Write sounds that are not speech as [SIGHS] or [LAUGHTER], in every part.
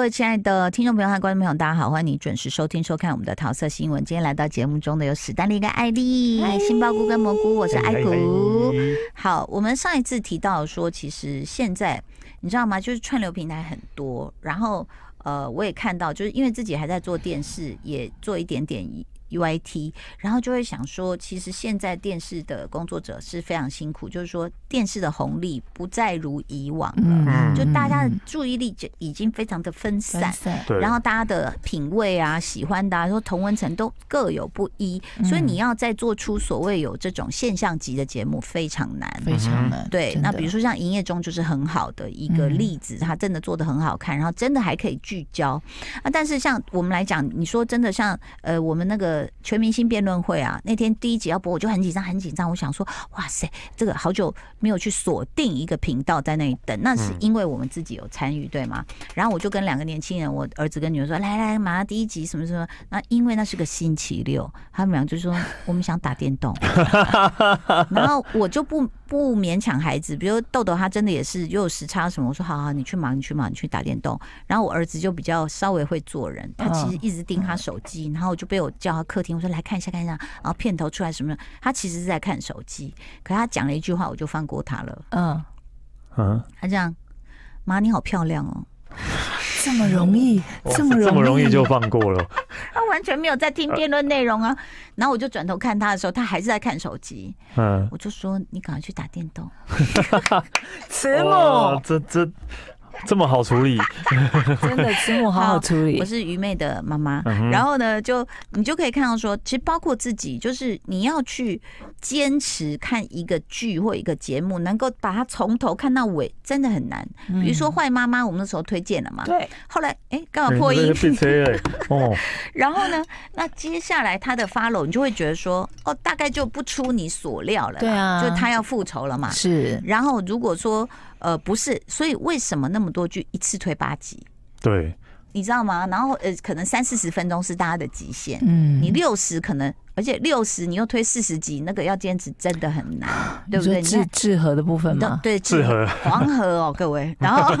位亲爱的听众朋友和观众朋友，大家好，欢迎你准时收听收看我们的桃色新闻。今天来到节目中的有史丹利跟艾丽，哎，杏鲍菇跟蘑菇，哎我是艾谷。好，我们上一次提到说，其实现在你知道吗？就是串流平台很多，然后呃，我也看到，就是因为自己还在做电视，也做一点点 UIT，然后就会想说，其实现在电视的工作者是非常辛苦，就是说电视的红利不再如以往了，嗯就大家的注意力就已经非常的分散。分散对，然后大家的品味啊、喜欢的、啊，说同温层都各有不一，所以嗯你要再做出所谓有这种现象级的节目非常难。非常嗯难。对，真的嗯那比如说像《营业中》就是很好的一个例子，它真的做的很好看，然后真的还可以聚焦啊。但是像我们来讲，你说真的像呃，我们那个全明星辩论会啊，那天第一集要播，我就很紧张，很紧张。我想说，哇塞，这个好久没有去锁定一个频道在那里等，那是因为我们自己有参与，对吗？然后我就跟两个年轻人，我儿子跟女儿说，来来，马上第一集什么什么。那因为那是个星期六，他们俩就说我们想打电动。然后我就不不勉强孩子，比如豆豆他真的也是又有时差什么，我说好好，你去忙，你去忙，你去打电动。然后我儿子就比较稍微会做人，他其实一直盯他手机，然后就被我叫到客厅，我说来看一下看一下，然后片头出来什么的，他其实是在看手机，可他讲了一句话，我就放过他了。嗯，嗯，他这样，妈你好漂亮哦，这么容易，哇这么容易，这么容易就放过了，他完全没有在听辩论内容啊。 [LAUGHS] 然后我就转头看他的时候，他还是在看手机，嗯，我就说你赶快去打电动。慈哇母，这这这么好处 [LAUGHS] 理，真的慈 [LAUGHS] 母好好处理我。是愚昧的妈妈。嗯哼然后呢，就你就可以看到说，其实包括自己，就是你要去坚持看一个剧或一个节目，能够把它从头看到尾，真的很难。比如说《坏妈妈》，我们那时候推荐了嘛，对，后来哎，干嘛破音哎？这个被催了，哦，然后呢，那接下来他的 follow，你就会觉得说，哦，大概就不出你所料了啦，对啊就他要复仇了嘛。是然后如果说呃不是，所以为什么那么多剧一次推八集？对，你知道吗？然后呃，可能三四十分钟是大家的极限，嗯你六十可能，而且六十你又推四十集，那个要坚持真的很难，对不对？你你说看制制和的部分你都吗？对适合黄河哦，各位。然后，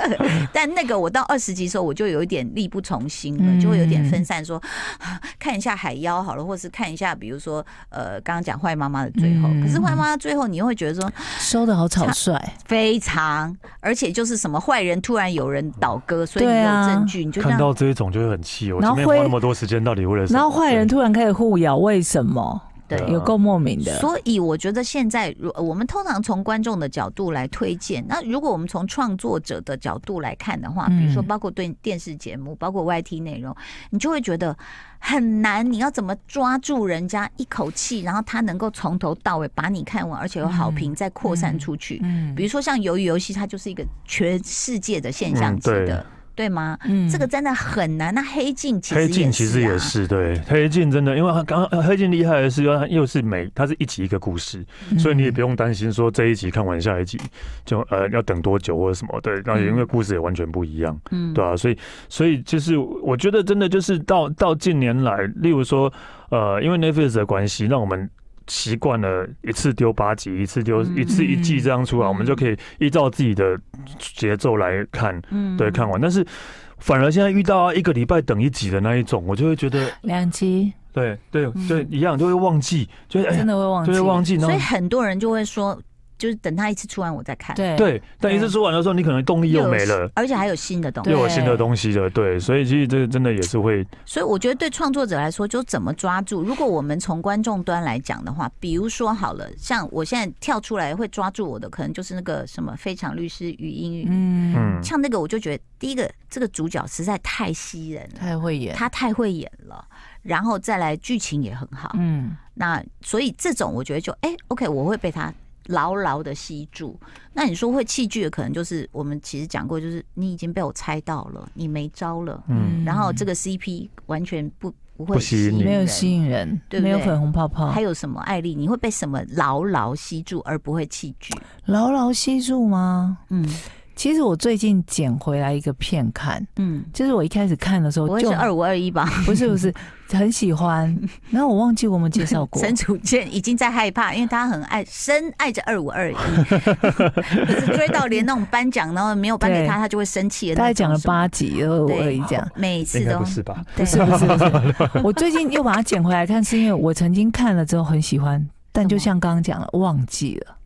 [LAUGHS] 但那个我到二十集的时候，我就有一点力不从心了，嗯就会有点分散说， [SIGHS] 啊看一下海妖好了，或是看一下，比如说呃，刚刚讲坏妈妈的最后，嗯可是坏妈妈最后你又会觉得说收的好草率，非常，而且就是什么坏人突然有人倒戈，所以你对有啊证据，你就这看样到这一种就会很气，我然前后面花会那么多时间到底为了什么？然后坏人突然开始互咬，为什么？对啊有够莫名的。所以我觉得现在，如我们通常从观众的角度来推荐，那如果我们从创作者的角度来看的话，嗯比如说包括对电视节目，包括 YT 内容，你就会觉得很难，你要怎么抓住人家一口气，然后他能够从头到尾把你看完，而且有好嗯评再扩散出去。嗯比如说像鱿鱼游戏，它就是一个全世界的现象级嗯的，对对吗？嗯这个真的很难。那黑镜其实黑也是、啊，镜其实也是对，黑镜真的，因为它刚刚黑镜厉害的是，它又是每它是一集一个故事，嗯所以你也不用担心说这一集看完下一集就呃要等多久或者什么，对，那也嗯因为故事也完全不一样，嗯对啊，所以所以就是我觉得真的就是到到近年来，例如说呃，因为 Netflix 的关系，让我们。习惯了一次丢八集，一次丢嗯一次一季这样出来，我们就可以依照自己的节奏来看，嗯对，看完。但是反而现在遇到一个礼拜等一集的那一种，我就会觉得，两集对对对，一样就会忘记，就会哎真呀，的会忘记，就会忘记，然所以后很多人就会说，就是等他一次出完我再看，，对，对，但一次说完的时候，你可能动力又没了。而且还有新的东对又西。有新的东西了，对，所以其实这个真的也是会，所以我觉得对创作者来说，就怎么抓住。如果我们从观众端来讲的话，比如说好了，像我现在跳出来会抓住我的，可能就是那个什么《非常律师与英语》嗯，嗯，像那个我就觉得第一个这个主角实在太吸人了，太会演，他太会演了，然后再来剧情也很好。嗯，那所以这种我觉得就哎、o k 我会被他牢牢的吸住。那你说会弃剧的，可能就是我们其实讲过，就是你已经被我猜到了，你没招了，嗯，然后这个个 CP 完全不不会不吸引你人没有吸。引哦人，对不没有对粉红泡泡还，有什么艾丽？你会嗯被什么牢牢吸住而不会弃剧？牢牢吸住吗？嗯，其实我最近捡回来一个片看，嗯，就是我一开始看的时候不会就是二五二一吧？ [LAUGHS] 不是不是很喜 [LAUGHS] 欢，然后我忘记我们介绍过，陈楚健已经在害怕，因为他很爱深爱着二五二 [LAUGHS] 一，可是追到连那种颁奖，然后没有颁给他，对他就会生气的那种。大概讲了八集，二五对二一这样。每次应该都不是吧？对不是不是不 [LAUGHS] 是， [LAUGHS] 我最近又把它捡回来看，是因为我曾经看了之后很喜欢，但就像刚刚讲了，忘记了。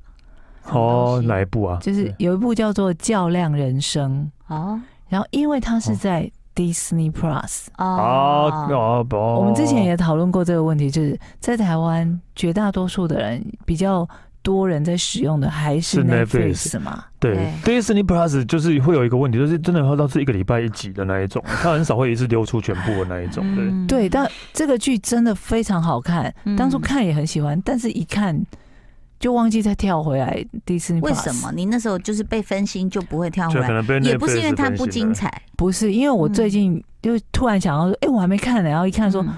哦，哪一部啊？就是有一部叫做《较量人生哦》，然后因为它是在 Disney Plus，、哦哦，哦哦，我们之前也讨论过这个问题，就是在台湾绝大多数的人比较多人在使用的还是是 Netflix 嗯 Netflix 嘛，对 Disney Plus 就是会有一个问题，就是真的要到是一个礼拜一集的那一种，它很少会一次流出全部的那一种。对，嗯对，但这个剧真的非常好看，嗯当初看也很喜欢，但是一看就忘记再跳回来 Disney Plus。为什么？你那时候就是被分心就不会跳回就可来？能被也不是 Netflix 因为它不分心精了，彩，不是因为我最近就突然想要说，哎、我还没看呢，然后一看说、嗯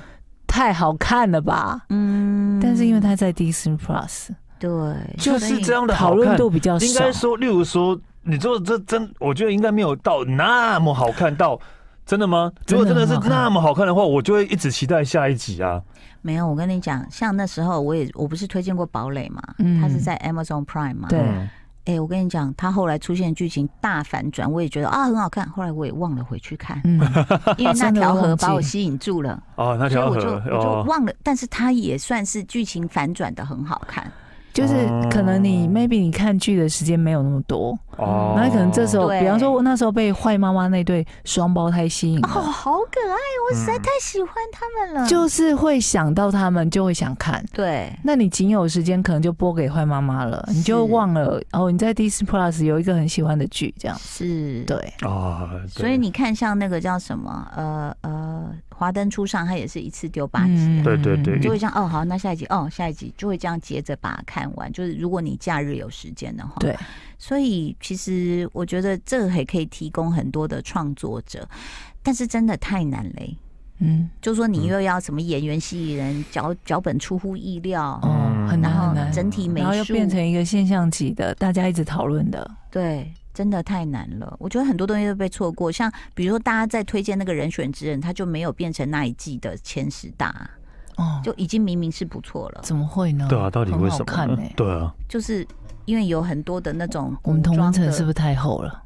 太好看了吧，嗯但是因为它在 Disney Plus，对，就是这样的好讨看论度比较应少该。说，例如说，你做这真，我觉得应该没有到那么好看到。真的吗？如真的果真的是很好看那么好看的话，我就会一直期待下一集啊。没有，我跟你讲，像那时候我也我不是推荐过堡垒嘛，嗯它是在 Amazon Prime 嘛。对，嗯哎、我跟你讲，它后来出现剧情大反转，我也觉得啊很好看，后来我也忘了回去看 [LAUGHS] 嗯，因为那真的条河忘记把我吸引住了，哦，所那以条我河就我就哦，忘了。但是它也算是剧情反转的很好看，就是可能你哦 maybe 你看剧的时间没有那么多，哦，然后可能这时候，对比方说我那时候被坏妈妈那对双胞胎吸引哦，了，好可爱，我实在嗯太喜欢他们了。嗯就是会想到他们就会想看。对，那你仅有时间可能就拨给坏妈妈了，你就忘了哦，你在 Disney Plus 有一个很喜欢的剧，这样是，对，啊，对所以你看，像那个叫什么，呃呃，《华灯初上》，它也是一次丢八集啊。嗯对对对就会这样哦，好，那下一集哦，下一集就会这样接着把它看完。就是如果你假日有时间的话，对，所以其实我觉得这还可以提供很多的创作者，但是真的太难嘞。嗯，就说你又要什么演员吸引人，脚脚本出乎意料，嗯哦，然很难后很难，整体美然后又术，变成一个现象级的，大家一直讨论的，对，真的太难了。我觉得很多东西都被错过，像比如说大家在推荐那个人选之人，他就没有变成那一季的前十大，哦，就已经明明是不错了。怎么会呢？对啊，到底为什么嗯很好看欸呢呢？？对啊，就是因为有很多的那种我们古同装文的层是不是太厚了？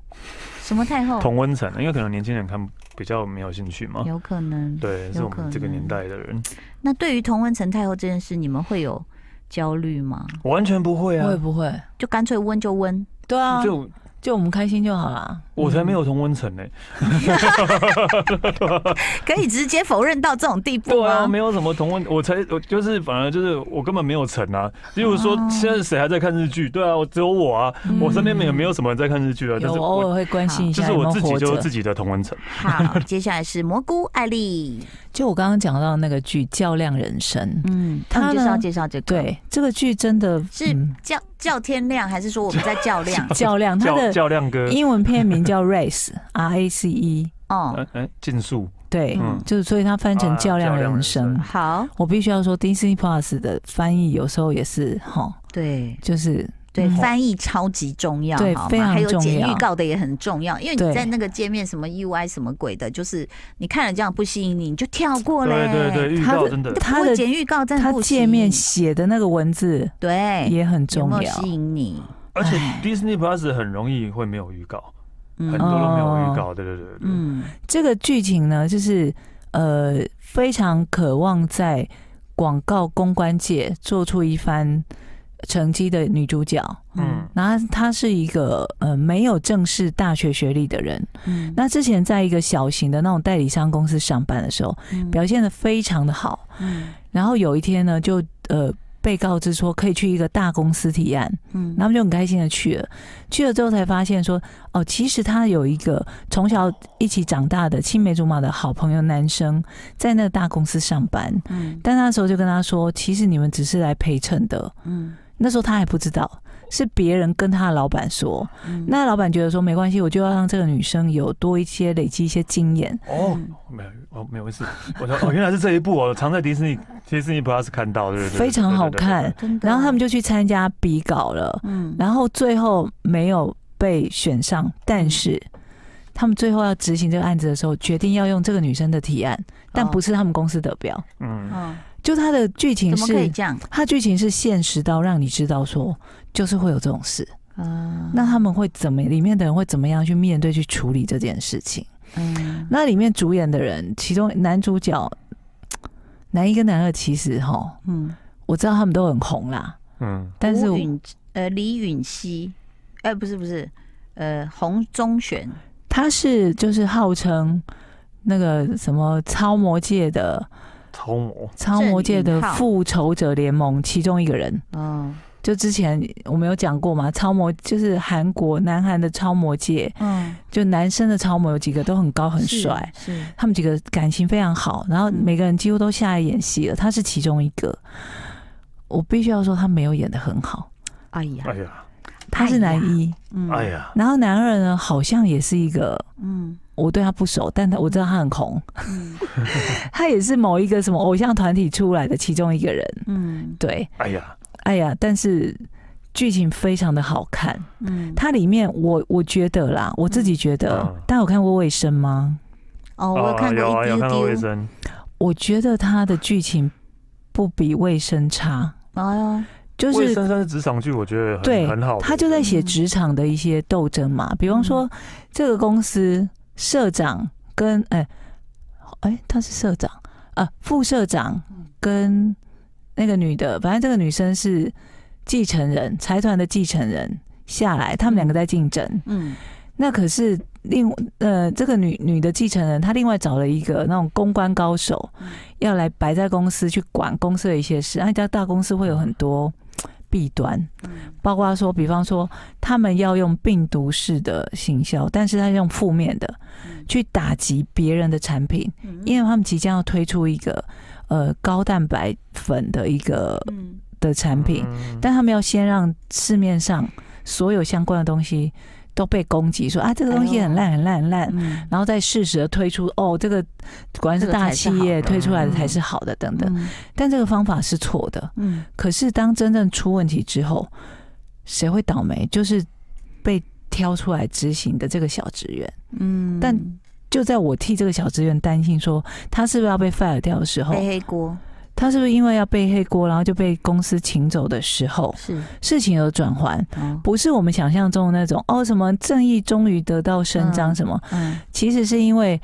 什么太后？同温层，啊因为可能年轻人看比较没有兴趣嘛。有可能。对，是有我可们这个能年代的人，那对于同温层太后这件事，你们会有焦虑吗？完全不会啊会，不会？就干脆温就温， [LAUGHS] 对啊，就就就我们开心就好啦。我才没嗯有同温层呢。欸可以直接否认到这种地步对啊，吗？没有什么同温，我才我就是反而就是我根本没有成啊。例如说哦，现在谁还在看日剧？对啊，我只有我啊，嗯，我身边没有没有什么人在看日剧啊。但有是偶我尔会关心一就下是有没我有自己活就是着自。己的同温层。好，接下来是蘑菇艾丽，就我刚刚讲到那个剧《较量人生》，嗯，他她们就呢是要介绍这个，，对这个剧真的是 [LAUGHS] 嗯叫叫天亮，还是说我们在较 [LAUGHS] 量？较量，它较的较量哥，英文片 [LAUGHS] 名叫 Race R A C E，哦哎，哎，竞速对，嗯就是所以它翻成啊较量较量人人生生。好，我必须要说，Disney Plus 的翻译有时候也是哈，对就是对，嗯翻译超级重要，对好吗非常还有重剪要预告的也很重要，因为对你在那个界面什么 UI 什么鬼的，就是你看了这样不吸引你，你就跳过对嘞。对对，预他告的真的都不它会的剪预告真的它不界行面写的那个文字对也很有重没有要吸。引你？而且唉 Disney Plus 很容易会没有预告，很多嗯哦都没有预告。对对对对，嗯，嗯这个剧情呢，就是呃，非常渴望在广告公关界做出一番成绩的女主角。嗯嗯那她是一个呃没有正式大学学历的人。嗯，那之前在一个小型的那种代理商公司上班的时候，嗯表现的非常的好。嗯然后有一天呢，就呃被告知说可以去一个大公司提案，嗯然后他们就很开心的去了。去了之后才发现说，哦，其实他有一个从小一起长大的青梅竹马的好朋友男生，在那个大公司上班。嗯但那时候就跟他说，其实你们只是来陪衬的。嗯那时候他还不知道，是别人跟他的老板说，嗯那老板觉得说没关系，我就要让这个女生有多一些累积一些经验。哦，没有哦，没有意思。我说哦，原来是这一部哦，常在迪士尼 Disney Plus 看到，对对对，非常好看真的，然后他们就就去参加比稿了，嗯然后最后没有被选上，但是他们最后要执行这个案子的时候，决定要用这个女生的提案，但哦不是他们公司得标。嗯，嗯，就它的剧情怎么可以是，这样？它剧情是现实到让你知道说，就是会有这种事。啊，那他们会怎么？里面的人会怎么样去面对、去处理这件事情？嗯，那里面主演的人，其中男主角男一跟男二，其实哈，嗯，我知道他们都很红啦，嗯，但是吴允呃李允熙，哎、不是不是，呃洪忠玄，他是就是号称那个什么超模界的超模，超模界的郑允浩复仇者联盟其中一个人。哦，就之前我们有讲过嘛，超模就是韩国南韩的超模界，嗯，就男生的超模有几个都很高很是帅，，是，他们几个感情非常好，然后嗯每个人几乎都下来演戏了，他是其中一个。我必须要说，他没有演的很好，哎呀，哎呀，他是男一，嗯哎，呀，然后男二呢，好像也是一个嗯我对他不熟，但他我知道他很红， [LAUGHS] 嗯他也是某一个什么偶像团体出来的其中一个人。嗯对，哎呀，哎呀，但是剧情非常的好看，嗯，它里面我我觉得啦，我自己觉得，嗯大家有看过《卫生》吗？哦，我有看啊有过一啊，丢有看到卫丢，生，我觉得它的剧情不比《卫生》差，哎呦，就卫是生算是职场剧，我觉得对很很好的，嗯他就在写职场的一些斗争嘛，比方说这个公司社长跟哎哎他是社长啊，副社长跟那个女的，反正这个女生是继承人，财团的继承人下来，他们两个在竞争。嗯那可是另呃，这个女女的继承人，她另外找了一个那种公关高手嗯，要来摆在公司去管公司的一些事。那家大公司会有很多嘖弊端，嗯包括说，比方说他们要用病毒式的行销，但是他用负面的嗯去打击别人的产品，嗯，因为他们即将要推出一个呃高蛋白粉的一个嗯的产品，嗯但他们要先让市面上所有相关的东西都被攻击，说啊这个东西很烂很烂很烂，嗯，然后再适时的推出哦这个果然是大企业这个才是好的推出来的才是好的等等，嗯但这个方法是错的。嗯可是当真正出问题之后，谁会倒霉？就是被挑出来执行的这个小职员。嗯，但就在我替这个小职员担心说他是不是要被 fire 掉的时候，背黑锅他是不是因为要背黑锅，然后就被公司请走的时候，是事情有转圜。哦，不是我们想象中的那种哦，什么正义终于得到伸张嗯什么，嗯其实是因为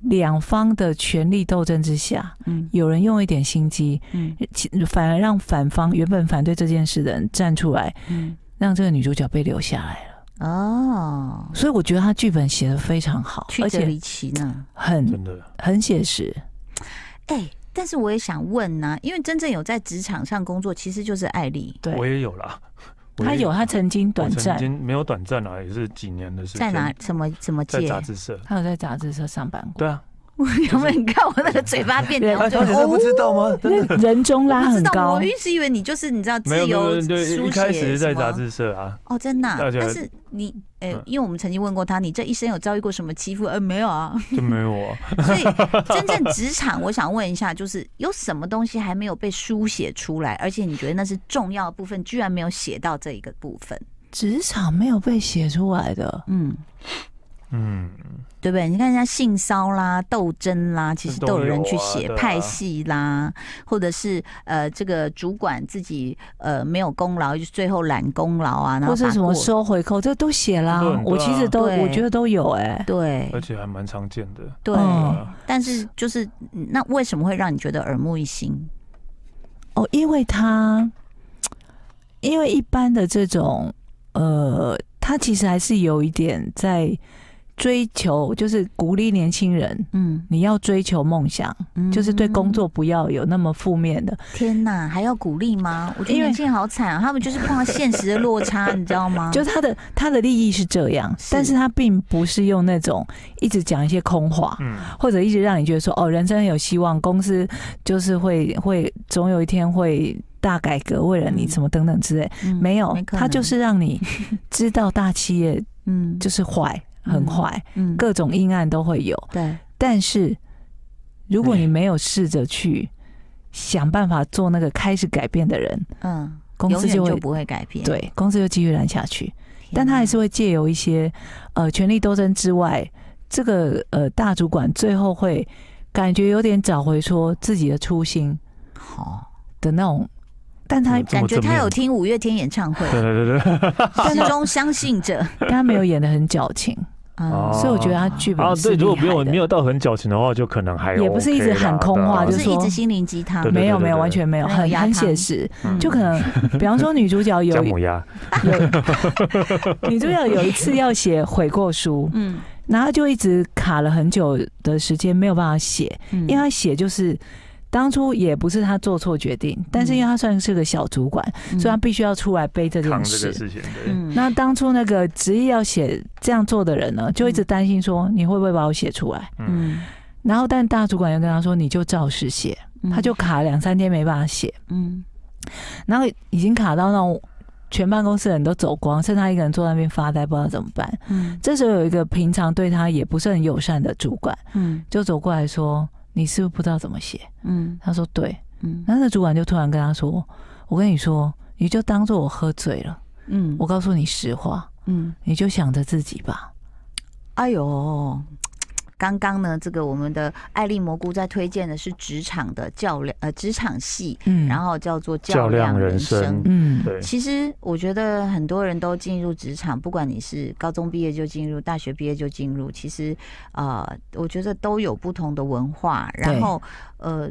两方的权力斗争之下，嗯有人用一点心机，嗯其反而让反方原本反对这件事的人站出来，嗯，让这个女主角被留下来了。哦，所以我觉得她剧本写的非常好，曲而折且离奇呢。很真的，很写实。哎、但是我也想问呐、因为真正有在职场上工作，其实就是艾丽我对，也有啦，我她也有她曾经短我曾暂，经没有短暂啊，也是几年的时在间，哪什么什么在界？杂志社， [LAUGHS] 她有在杂志社上班过，对啊，我有没有你看我那个嘴巴变对刁哎，小钻？姐这不知道哦吗？真的。 [LAUGHS] 人中拉不知很道，高我。一直以为你就是你知道没自有没由有，书写对，一开始是在什么杂志社啊，哦，真的啊、大家但是你呃嗯，因为我们曾经问过他，你这一生有遭遇过什么欺负？呃，没有 [LAUGHS] 啊。就没有啊。所以真正职场，我想问一下，就是有什么东西还没有被书写出来，而且你觉得那是重要的部分，居然没有写到这一个部分？职场没有被写出来的，嗯。嗯，对不对？你看人家性骚啦、斗争啦，其实这都都有人有去啊写、对啊派系啦，或者是呃，这个主管自己呃没有功劳，就是最后揽功劳啊，然后或是把什么过收回扣，这都写啦这都。很多啊我其实都，对我觉得都有哎、对而且还蛮常见的。啊对、嗯但是就是嗯那为什么会让你觉得耳目一新？哦，因为他，因为一般的这种，呃，他其实还是有一点在追求，就是鼓励年轻人。嗯，你要追求梦想，就是对工作不要有那么负面的。嗯。天哪，还要鼓励吗？我觉得因为年轻人好惨、啊，他们就是碰到现实的落差，你知道吗？ [LAUGHS] 就他的他的利益是这样，啊是但是他并不是用那种一直讲一些空话，嗯，或者一直让你觉得说哦，人生很有希望，公司就是会会总有一天会大改革，为了你嗯什么等等之类。嗯没有，可他能就是让你知道大企业嗯，就是坏，很坏，嗯各种阴暗都会有。对但是如果你没有试着去想办法做那个开始改变的人，嗯，公永司远会就不会改变。对公司就继续烂下去。但他还嗯是会借由一些呃权力斗争之外，这个呃大主管最后会感觉有点找回说自己的初心好，的那种，但他嗯这么感觉正他面有听五月天演唱会， [LAUGHS] 对对对 [LAUGHS] 对，心中相信着。但他没有演的很矫 [LAUGHS] 情，嗯哦，所以我觉得他剧啊本是对，如果没有厉害的没有到很矫情的话，就可能还也不是一直 OK 啦喊空对啊话不就是一说直心灵鸡汤对，没有没有完全没有，很有很压很汤写实，嗯就可能 [LAUGHS] 比方说女主角有姜母鸭，有女主角有一次要写悔过书，嗯然后就一直卡了很久的时间没有办法写，嗯，因为她写就是。当初也不是她做错决定，但是因为她算是个小主管，所以她嗯必须要出来背这扛件这个事事。情，对，嗯那当初那个执意要写这样做的人呢，就一直担心说你会不会把我写出来？嗯，然后但大主管又跟他说你就照实写，嗯他就卡了两三天没办法写，嗯然后已经卡到那种全办公室的人都走光，剩他一个人坐在那边发呆，不知道怎么办。嗯这时候有一个平常对他也不是很友善的主管，嗯就走过来说：“你是不是不知道怎么写嗯？”他说：“对。”嗯然后那主管就突然跟他说：“我跟你说，你就当做我喝醉了，嗯我告诉你实话，嗯，你就想着自己吧。哎呦。刚刚呢，这个我们的艾丽蘑菇在推荐的是职场的较量，呃，职场戏，”嗯，然后叫做较量人人生嗯，对，其实我觉得很多人都进入职场，不管你是高中毕业就进入，大学毕业就进入，其实呃，我觉得都有不同的文化，然后呃。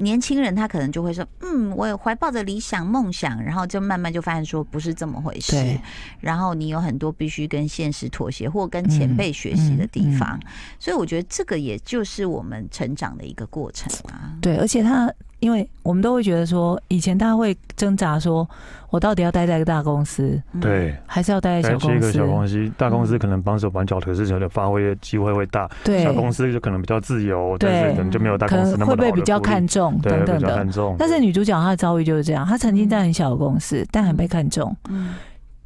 年轻人他可能就会说，嗯，我也怀抱着理想梦想，然后就慢慢就发现说不是这么回事。对，然后你有很多必须跟现实妥协或跟前嗯辈学习的地方，所以我觉得这个也就是我们成长的一个过程啊。对，而且他，因为我们都会觉得说，以前大家会挣扎说，我到底要待在一个大公司，嗯，对，还是要待在小哎去一公个司？嗯小公司，大公司可能绑手绑脚，可是有的发挥的机会会大，对小，公司就可能比较自由，对但是可能就没有大可公司能那么好会的被比较福利看重对等等比较的看。重，但是女主角她的遭遇就是这样，她曾经在嗯很小的公司，但很被看重，嗯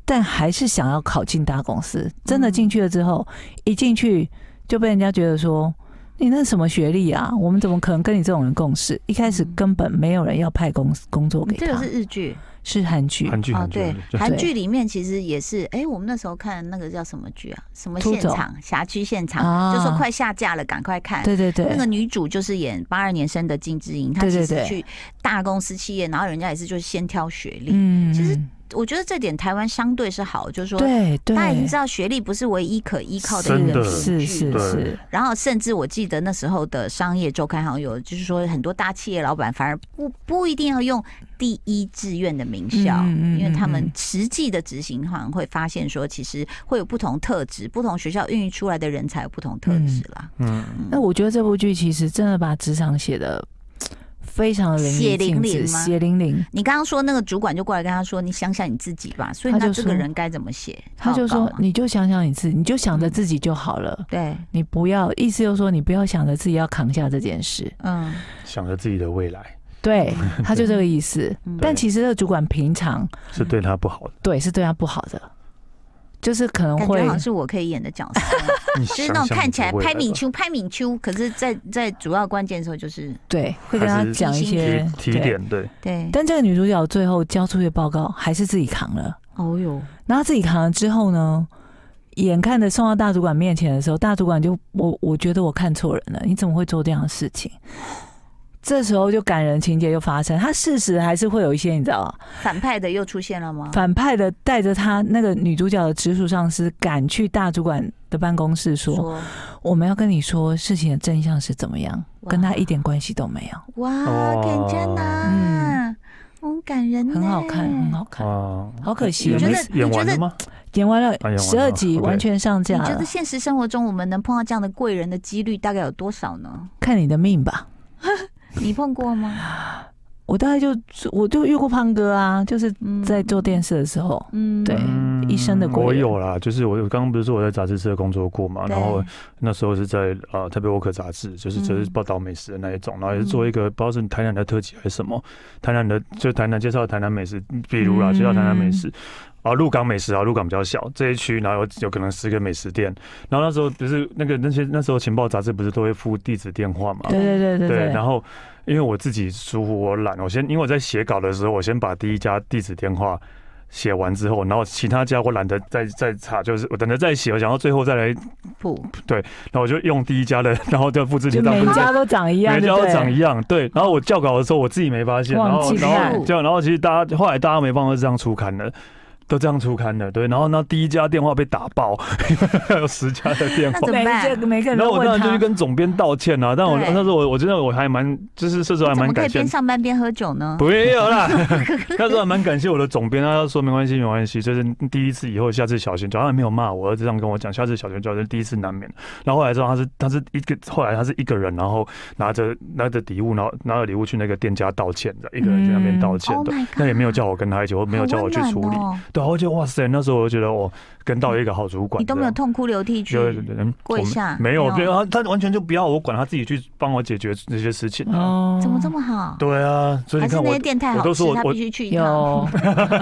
但还是想要考进大公司。真的进去了之后，嗯一进去就被人家觉得说。你那什么学历啊？我们怎么可能跟你这种人共事？一开始嗯根本没有人要派工工作给这个他是，日剧。是韩剧韩剧哦，韩剧对韩，剧韩剧里面其实也是，哎、我们那时候看那个叫什么剧啊？什么出现走场？辖区现场，啊就说快下架了，赶快看。对对对，那个女主就是演八二年生的金智英，她对其对实对去大公司企业，然后人家也是就是先挑学历。嗯其实嗯我觉得这点台湾相对是好，就是说对对，大家已经知道学历不是唯一可依靠的嗯一真个的凭是据是对是，然后甚至我记得那时候的商业周刊好像有，就是说很多大企业老板反而不不一定要用第一志愿的名校，嗯嗯嗯因为他们嗯实际的执行好像会发现说，其实会有不同特质，不同学校孕育出来的人才有不同特质啦。嗯，那我觉得这部剧其实真的把职场写的非常的淋漓血淋尽致，淋吗血淋淋。你刚刚说那个主管就过来跟他说：“你想想你自己吧。”所以他那就这个说人该怎么写？他就报说告：“嘛你就想想你自己，你就想着嗯自己就好了，对，你不要意思就是说你不要想着自己要扛下这件事。嗯，想着自己的未来”对，他就这个意思。 [LAUGHS] 嗯但其实这个主管平常是对他不好的，对是对他不好的，就是可能感觉会好像是我可以演的角色，嗯你就是想那种想看你起来的未拍来敏吧秋拍敏秋，可是在在主要关键的时候就是对会跟还他是讲一提醒些提提对。点，对，对，但这个女主角最后交出去的报告还是自己扛了。哦哟，然后他自己扛了之后呢，眼看着送到大主管面前的时候，大主管就我我觉得我看错人了，你怎么会做这样的事情？这时候就感人情节就发生，他事实还是会有一些你知道吗？反派的又出现了吗？反派的带着他那个女主角的直属上司赶去大主管的办公室说：“我们要跟你说事情的真相是怎么样，哇跟他一点关系都没哦有。哇，感真呐，很感人”呢，嗯很好看，嗯很好看，啊，好可惜演哦。你觉没得演你觉完得了吗？演完啊演了完十了二集， OK 完全上你架觉了得，现实生活中我们能碰到这样的贵人的几率大概有多少呢？ [LAUGHS] 看你的命吧。你碰过吗？我大概就我就遇过胖哥啊，就是嗯在做电视的时候，哦嗯对一生的贵我人有啦，就是我我刚刚不是说我在杂志社工作过嘛，然后那时候是在呃《台北 Work》杂志，就是嗯就是报道美食的那一种，然后也是做一个不知道是台南的特辑还是什么，台南的就台南介绍台南美食，比如啦嗯介绍台南美食。啊，鹿港美食啊，鹿港比较小，这一区然后有有可能十个美食店，然后那时候不是那个那些那时候情报杂志不是都会附地址电话嘛，对对对对对，对，然后因为我自己疏忽，我懒，我先因为我在写稿的时候，我先把第一家地址电话写完之后，然后其他家我懒得再再查，就是我等着再写，我想要最后再来，然不，后我就用第一家的，然后就复制贴就上，每复制贴上家都长一样，每对家不都对长一样，对。然后我校稿的时候我自己没发现，然忘后记然后看这样，然后其实大家后来大家没办法都这样出刊了。都这样出刊了，对，然后那第一家电话被打爆， [LAUGHS] 还有十家的电话那，怎么每办一？个每个人然后我都问当然就他去，跟总编道歉啊，但我对那时候我我真的我还蛮就是这时候还怎蛮么可以感谢边，上班边喝酒呢？ [LAUGHS] 不 [LAUGHS] 要啦，那时候还蛮感谢我的总编，他说没关系没关系，就是第一次以后下次小心，脚他没有骂我，儿子这样跟我讲，下次小心脚是第一次难免。然后后来知道他是他是一个后来他是一个人，然后拿着拿着礼物，然后拿着礼物去那个店家道歉的，一个人去那边道歉 Oh 的。 my 那也没有 God，叫我跟他一起，或没有好叫我去温处暖理。哦对啊，我就哇塞，那时候我就觉得我哦跟到一个好主管这样，你都没有痛哭流涕去有有人跪下没有，没嗯没有有，他他完全就不要我管，他自己去帮我解决这些事情啊。哦怎么这么好？对啊，所以还你是看那我些店太我好都吃说，我他我必须去一趟。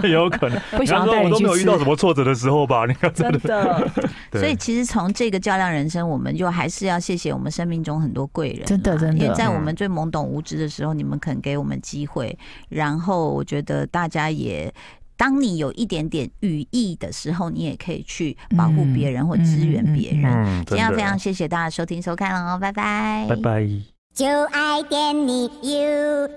有 [LAUGHS] 有可能，不然想后要带我你都去没有遇吃到什么挫折的时候吧？你看，真的，所以其实从这个较量人生，我们就还是要谢谢我们生命中很多贵人啦，真的真的啊因为在我嗯们最懵懂无知的时候，你们肯给我们机会，然后我觉得大家也。当你有一点点羽翼的时候，你也可以去保护别人或支援别人。嗯，今天真要的，非常谢谢大家收听收看了哦，拜拜，拜拜。就爱点你 U。